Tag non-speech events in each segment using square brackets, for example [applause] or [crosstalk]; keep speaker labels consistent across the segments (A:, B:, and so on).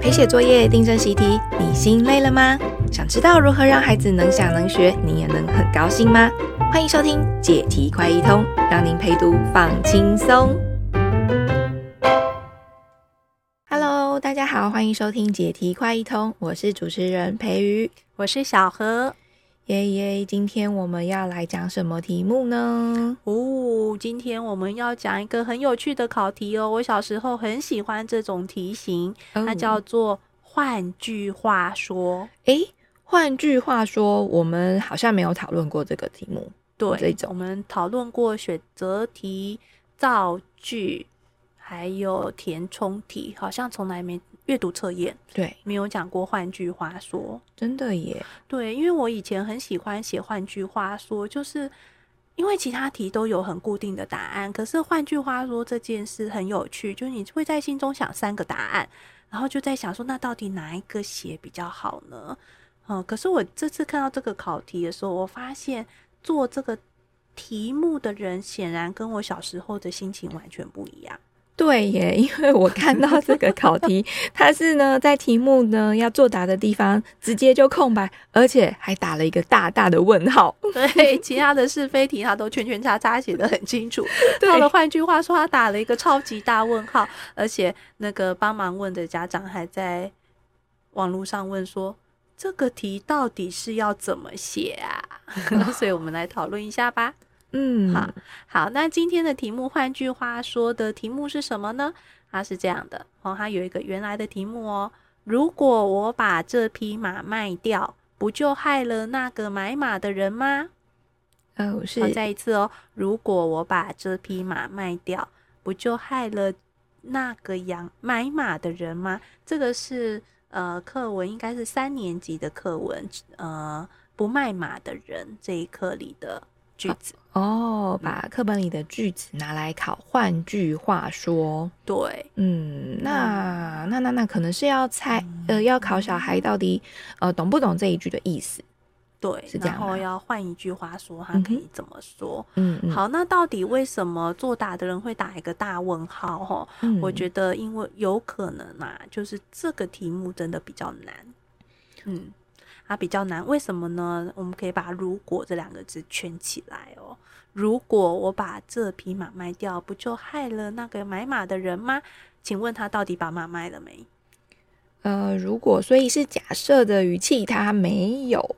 A: 陪写作业、订正习题，你心累了吗？想知道如何让孩子能想能学，你也能很高兴吗？欢迎收听《解题快一通》，让您陪读放轻松。Hello，大家好，欢迎收听《解题快一通》，我是主持人培瑜。
B: 我是小何。
A: 耶耶，今天我们要来讲什么题目呢？
B: 哦，今天我们要讲一个很有趣的考题哦。我小时候很喜欢这种题型，
A: 哦
B: 它叫做“换句话说
A: 诶，换句话说，我们好像没有讨论过这个题目。”。这
B: 对，
A: 种
B: 我们讨论过选择题、造句，还有填充题，好像从来没阅读测验
A: 对，
B: 没有讲过“换句话说”。
A: 真的耶。
B: 对，因为我以前很喜欢写，换句话说，就是因为其他题都有很固定的答案，可是换句话说这件事很有趣，就是你会在心中想三个答案，然后就在想说，那到底哪一个写比较好呢？嗯，可是我这次看到这个考题的时候，我发现做这个题目的人显然跟我小时候的心情完全不一样。 [laughs]
A: 对耶，因为我看到这个考题，它是呢在题目呢要作答的地方直接就空白，而且还打了一个大大的问号。 [laughs]
B: 对，其他的是非题他都圈圈叉叉写的很清楚。
A: 对
B: 到了，啊换句话说，他打了一个超级大问号，而且那个帮忙问的家长还在网络上问说。这个题到底是要怎么写啊？ [laughs] 所以我们来讨论一下吧。
A: 嗯，
B: 好好，那今天的题目，换句话说的题目是什么呢？它是这样的哦，它有一个原来的题目哦。如果我把这匹马卖掉，不就害了那个买马的人吗？
A: 哦是
B: 好，，再一次哦。如果我把这匹马卖掉，不就害了那个养买马的人吗？这个是呃课文，应该是三年级的课文，呃，不卖马的人这一课里的句子。
A: 哦，把课本里的句子拿来考，换句话说，
B: 对，
A: 嗯，那那那那可能是要猜，
B: 嗯
A: 呃，要考小孩到底呃懂不懂这一句的意思。
B: 对
A: 是，这
B: 然
A: 样
B: 后
A: 吗
B: 要换一句话说，它
A: 嗯
B: 可
A: 哼
B: 以怎么说？
A: 嗯，嗯，
B: 好，那到底为什么作答的人会打一个大问号？哈，
A: 嗯
B: 我觉得因为有可能啊，就是这个题目真的比较难，嗯，它比较难，为什么呢？我们可以把“如果”这两个字圈起来哦。如果我把这匹马卖掉，不就害了那个买马的人吗？请问他到底把马卖了没？
A: 呃，如果所以是假设的语气，他没有，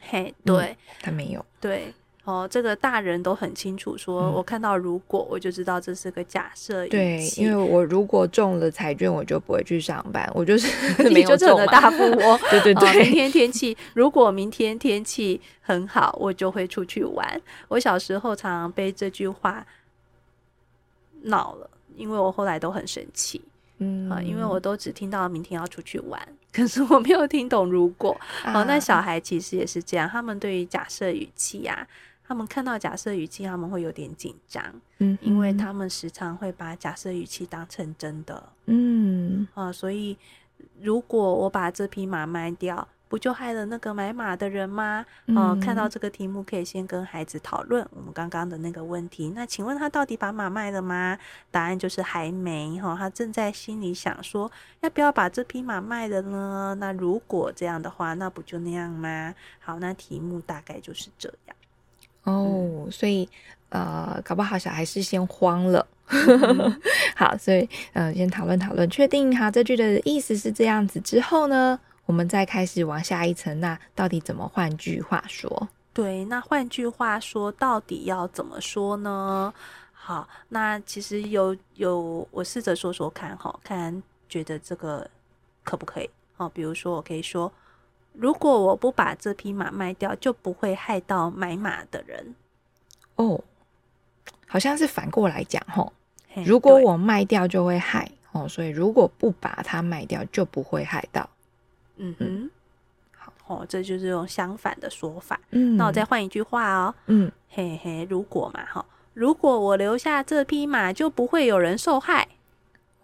B: 嘿，
A: 嗯
B: 对、
A: 他没有，
B: 对。哦，这个大人都很清楚说，
A: 嗯
B: 我看到如果我就知道这是个假设语
A: 对，
B: 气
A: 因为我如果中了彩券，我就不会去上班， [laughs] 我就是没
B: [laughs] 你
A: 有
B: 就
A: 中
B: 整
A: 嘛
B: 个大富翁，
A: [laughs] 对对
B: 哦，明
A: 对，
B: 天天气，如果明天天气很好，我就会出去玩。我小时候常常被这句话闹了，因为我后来都很生气
A: 嗯
B: [laughs] 啊、因为我都只听到明天要出去玩， [laughs] 可是我没有听懂如果。哦，那
A: 啊
B: 小孩其实也是这样，他们对于假设语气啊，他们看到假设语气，他们会有点紧张，
A: 嗯
B: 因为
A: 哼
B: 他们时常会把假设语气当成真的。
A: 嗯
B: 啊、所以如果我把这匹马卖掉，不就害了那个买马的人吗？哦、看到
A: 嗯
B: 这个题目可以先跟孩子讨论我们刚刚的那个问题。那请问他到底把马卖了吗？答案就是还没哈、他正在心里想说要不要把这匹马卖了呢？那如果这样的话，那不就那样吗？好，那题目大概就是这样。
A: 哦，
B: 嗯
A: 所以呃，搞不好小孩是先慌了。
B: 嗯
A: [laughs] 好，所以呃，先讨论讨论，确定哈这句的意思是这样子之后呢，我们再开始往下一层，那到底怎么换句话说？
B: 对，那换句话说，到底要怎么说呢？好，那其实有有，我试着说说看哈，看觉得这个可不可以？哦，比如说我可以说，如果我不把这匹马卖掉，就不会害到买马的人。
A: 哦，好像是反过来讲吼，
B: 嘿
A: 如果
B: 哎对
A: 我卖掉就会害哦，所以如果不把它卖掉就不会害到。
B: 嗯哼，
A: 好，
B: 哦，这就是用相反的说法。
A: 嗯
B: 那我再换一句话哦，
A: 嗯
B: 嘿嘿，如果嘛哈，如果我留下这匹马，就不会有人受害。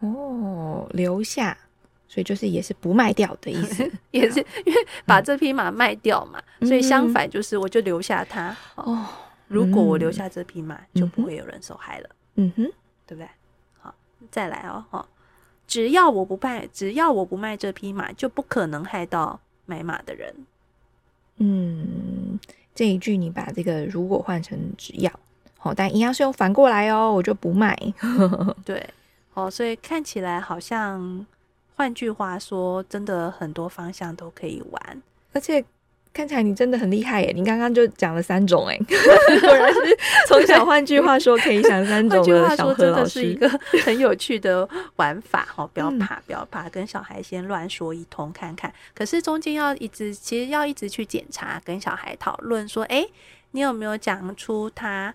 A: 哦留下，所以就是也是不卖掉的意
B: [laughs]
A: 思。
B: 也
A: [laughs]
B: 是因为
A: 嗯
B: 把这匹马卖掉嘛，所以相反就是我就留下它。哦
A: 哦，
B: 如果我留下这匹马，就
A: 嗯
B: 不
A: 哼
B: 会有人受害了，
A: 嗯哼，
B: 对不对？好，再来哦，哈、只要我不卖，只要我不卖这匹马，就不可能害到买马的人。
A: 嗯，这一句你把这个如果换成只要，好，但一样是用反过来哦，我就不卖。 [laughs]
B: 对，哦，所以看起来好像，换句话说，真的很多方向都可以玩。
A: 而且看起来你真的很厉害耶！你刚刚就讲了三种哎， [laughs] 果然是从小，换句话说可以想三
B: 换
A: 种
B: 句话
A: 的小
B: 说，
A: 何
B: 真
A: 老
B: 的是一
A: 师。
B: 个 [laughs] 很有趣的玩法哦，不要
A: 嗯
B: 怕，不要怕，跟小孩先乱说一通看看。可是中间要一直，其实要一直去检查，跟小孩讨论说，诶，你有没有讲出他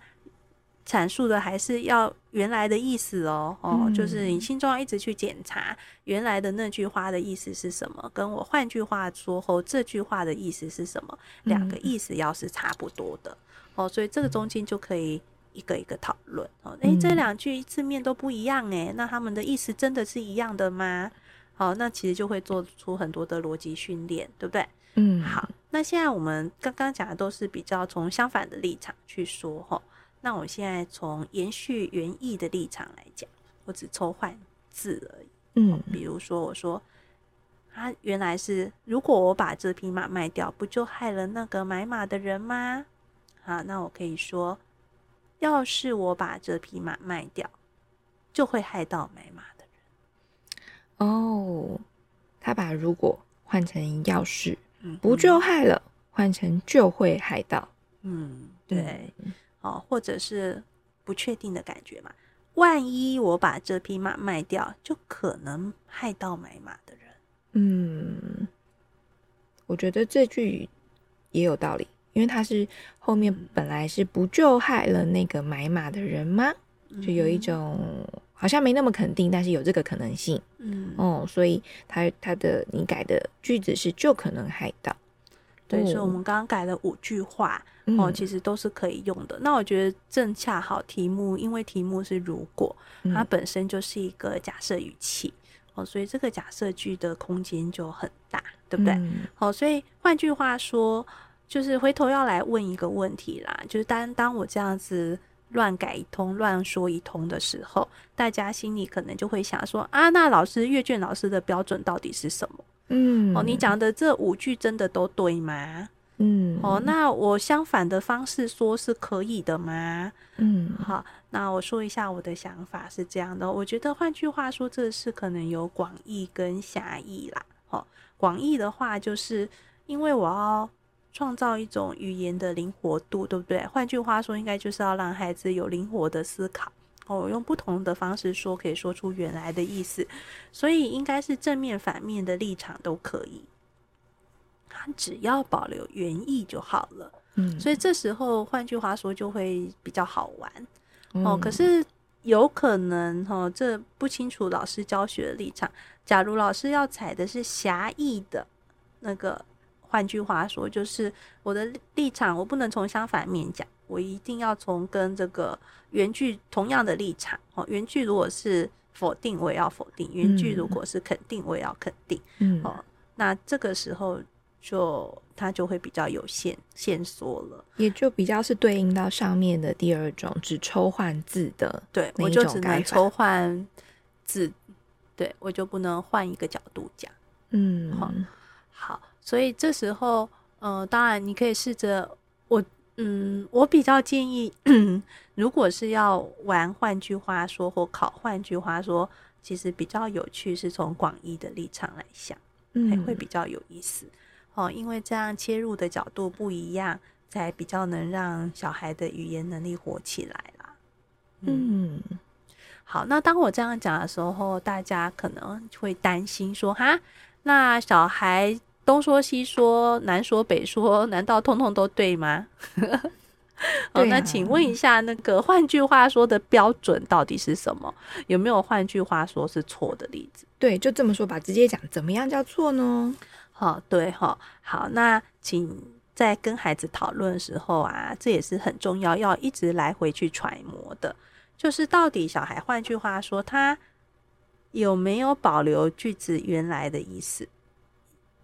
B: 阐述的还是要原来的意思哦？哦，
A: 嗯
B: 就是你心中要一直去检查原来的那句话的意思是什么，跟我换句话说后这句话的意思是什么，两个
A: 嗯
B: 意思要是差不多的哦，所以这个中间就可以。一个一个讨论哦，诶，这
A: 嗯
B: 两句字面都不一样诶，那他们的意思真的是一样的吗？好，那其实就会做出很多的逻辑训练，对不对？
A: 嗯，
B: 好，那现在我们刚刚讲的都是比较从相反的立场去说哈。那我现在从延续原意的立场来讲，我只抽换字而已。
A: 嗯
B: 比如说，我说啊，原来是如果我把这匹马卖掉，不就害了那个买马的人吗？啊，那我可以说，要是我把这匹马卖掉，就会害到买马的人。
A: 哦，他把如果换成要是
B: 嗯，
A: 不就害了，换成就会害到。
B: 嗯，对。
A: 嗯，
B: 哦，或者是不确定的感觉嘛。万一我把这匹马卖掉，就可能害到买马的人。
A: 嗯，我觉得这句也有道理，因为它是后面本来是不就害了那个买马的人吗？就有一种好像没那么肯定，但是有这个可能性
B: 嗯，嗯
A: 哦，所以它它的你改的句子是就可能害到。
B: 对，所以
A: 哦
B: 我们刚刚改了五句话哦，
A: 嗯
B: 其实都是可以用的。那我觉得正恰好题目，因为题目是如果，它
A: 嗯
B: 本身就是一个假设语气哦，所以这个假设句的空间就很大，对不对？
A: 嗯
B: 好，所以换句话说，就是回头要来问一个问题啦，就是当当我这样子乱改一通、乱说一通的时候，大家心里可能就会想说啊，那老师阅卷老师的标准到底是什么？
A: 嗯
B: 哦，你讲的这五句真的都对吗？
A: 嗯
B: 哦，那我相反的方式说是可以的吗？
A: 嗯
B: 好，那我说一下我的想法是这样的，哦我觉得换句话说，这是可能有广义跟狭义啦。哦，广义的话，就是因为我要创造一种语言的灵活度，对不对？换句话说，应该就是要让孩子有灵活的思考。哦，我用不同的方式说，可以说出原来的意思，所以应该是正面、反面的立场都可以。它只要保留原意就好了。
A: 嗯，
B: 所以这时候，换句话说，就会比较好玩
A: 以
B: 哦。可是有可能哦，这不清楚老师教学的立场。假如老师要采的是狭义的那个，换句话说，就是我的立立场，我不能从相反面讲，我一定要从跟这个原句同样的立场哦。原句如果是否定，我也要否定；原句如
A: 嗯
B: 果是肯定，我也要肯定。
A: 嗯
B: 哦，那这个时候就它就会比较有限限缩了。
A: 也就比较是对应到上面的第二种只抽换字的，
B: 对，
A: 哪
B: 我
A: 一
B: 就
A: 种
B: 只
A: 改
B: 能
A: 法
B: 抽换字，对我就不能换一个角度讲。
A: 嗯
B: 好好，所以这时候，呃，当然你可以试着我，嗯，我比较建议， [clears throat] 如果是要玩，换句话说或考，换句话说，其实比较有趣是从广义的立场来想。还
A: 嗯
B: 会比较有意思哦，因为这样切入的角度不一样，才比较能让小孩的语言能力活起来啦。，
A: 嗯
B: 好，那当我这样讲的时候，大家可能会担心说，哈，那小孩东说西说，南说北说，难道通通都对吗？ [laughs] 哦，
A: 对
B: 那
A: 啊
B: 请问一下，那个换句话说的标准到底是什么？有没有换句话说是错的例子？
A: 对，就这么说吧，直接讲怎么样叫错呢？
B: 好、对哈、好，那请在跟孩子讨论的时候啊，这也是很重要，要一直来回去揣摩的，就是到底小孩，换句话说，他有没有保留句子原来的意思？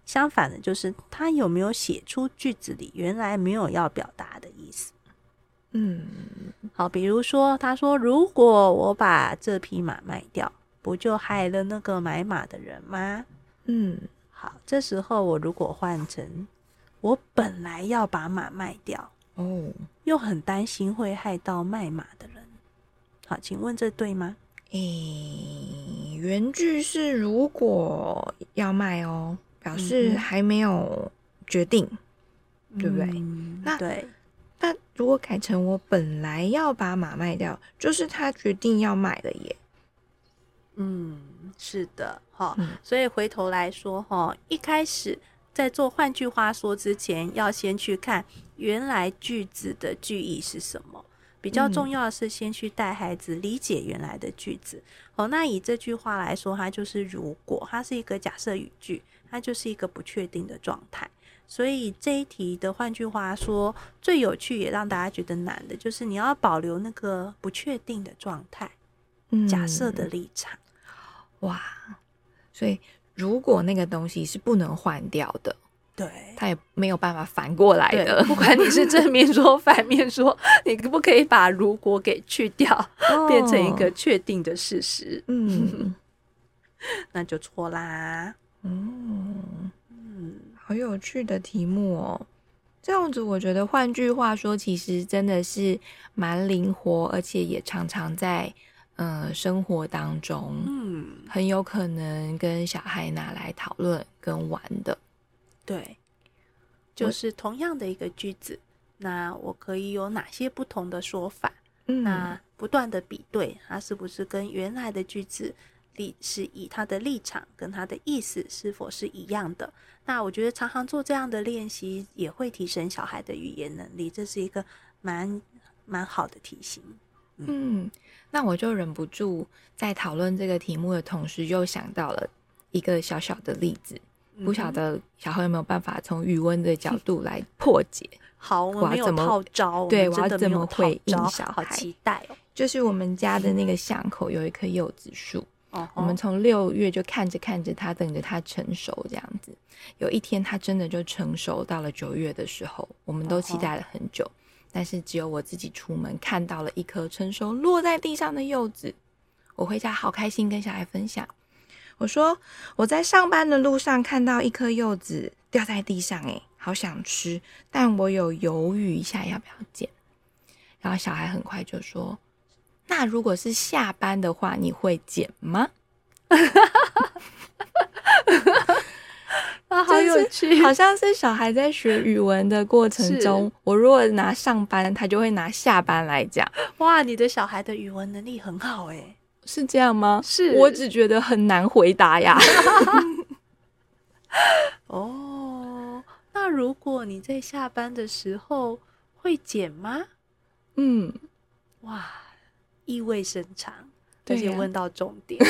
B: 相反的，就是他有没有写出句子里原来没有要表达的意思。
A: 嗯
B: 好，比如说，他说：“如果我把这匹马卖掉，不就害了那个买马的人吗？
A: 嗯
B: 好，这时候我如果换成我本来要把马卖掉，
A: 哦，
B: 又很担心会害到卖马的人，好，请问这对吗？
A: 诶，原句是如果要卖哦，表
B: 嗯
A: 示
B: 哼
A: 还没有决定。对不对
B: 嗯
A: 那
B: 对，
A: 那如果改成我本来要把马卖掉，就是他决定要买了耶。
B: 嗯，是的，哈、
A: 嗯
B: 所以回头来说，哈，一开始在做换句话说之前，要先去看原来句子的句意是什么。比较
A: 嗯
B: 重要的是先去带孩子理解原来的句子。哦，那以这句话来说，它就是如果，它是一个假设语句，它就是一个不确定的状态。所以这一题的，换句话说，最有趣也让大家觉得难的，就是你要保留那个不确定的状态，
A: 嗯
B: 假设的立场。
A: 哇，所以如果那个东西是不能换掉的，
B: 对，
A: 它也没有办法反过来 [laughs]
B: 对
A: 的，
B: 不管你是正面说、反面说，你可不可以把如果给去掉，变成一
A: [laughs]
B: 个
A: 哦
B: 确定的事实？
A: 嗯
B: 那就错啦。
A: 嗯，
B: 嗯，
A: 好有趣的题目哦。这样子，我觉得换句话说，其实真的是蛮灵活，而且也常常在呃生活当中，
B: 嗯，
A: 很有可能跟小孩拿来讨论跟玩的。
B: 对，就是同样的一个句子，那我可以有哪些不同的说法？
A: 嗯
B: 那不断的比对，它是不是跟原来的句子立是以它的立场跟它的意思是否是一样的？那我觉得常常做这样的练习，也会提升小孩的语言能力，这是一个蛮蛮好的提醒。
A: 嗯，那我就忍不住在讨论这个题目的同时，又想到了一个小小的例子，嗯不晓
B: 嗯
A: 得小何有没有办法从语文的角度来破解。
B: 好，我
A: 我要
B: 们没有
A: 怎么
B: 套招，
A: 对
B: 我
A: 我
B: 们
A: 要
B: 真的
A: 怎
B: 没有
A: 么
B: 套
A: 回应
B: 招，
A: 小
B: 好
A: 孩
B: 期待哦。
A: 就是我们家的那个巷口有一棵柚子树，
B: 哦
A: 我们从六月就看着看着它，等着它成熟这样子。有一天它真的就成熟到了九月的时候，我们都期待了很久，但是只有我自己出门看到了一颗成熟落在地上的柚子，我回家好开心，跟小孩分享。我说我在上班的路上看到一颗柚子掉在地上，诶，好想吃，但我有犹豫一下要不要捡。然后小孩很快就说：“那如果是下班的话，你会剪吗？
B: 啊，好有趣，
A: [laughs] 好像是小孩在学语文的过程中，我如果拿上班，他就会拿下班来讲，
B: [laughs] 哇，你的小孩的语文能力很好哎。
A: [laughs] 是这样吗？
B: 是
A: 我只觉得很难回答呀。
B: 哦，那如果你在下班的时候会剪吗？
A: [laughs] 嗯，
B: 哇，意味深长，而
A: 对
B: 且
A: 呀
B: 问到重
A: [laughs]
B: 点。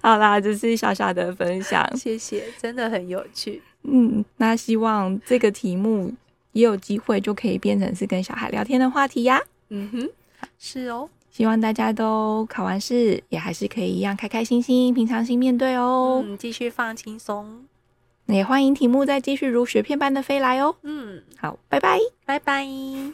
A: 好啦，这是小小的分 [laughs] 享。
B: 谢谢，真的很有趣。
A: 嗯，那希望这个题目也有机会就可以变成是跟小孩聊天的话题呀。
B: 嗯哼，是哦。
A: 希望大家都考完试也还是可以一样开开心心、平常心面对哦。
B: 嗯，继续放轻松。
A: 那也欢迎题目再继续如雪片般的飞来哦。
B: 嗯，
A: 好，拜拜。
B: 拜拜。